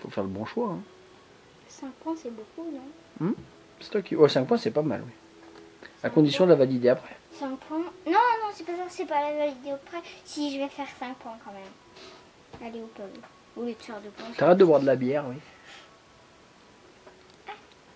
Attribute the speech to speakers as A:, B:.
A: faut faire le bon choix. hein.
B: 5 points, c'est beaucoup, non
A: C'est toi qui. Ouais, 5 points, c'est pas mal, oui. À condition de la valider après.
B: 5 points Non, non, c'est pas ça, c'est pas la validée au prêt. Si, je vais faire 5 points quand même. Allez, au pôle. Au lieu de faire 2 points.
A: T'arrêtes de boire de la bière, oui.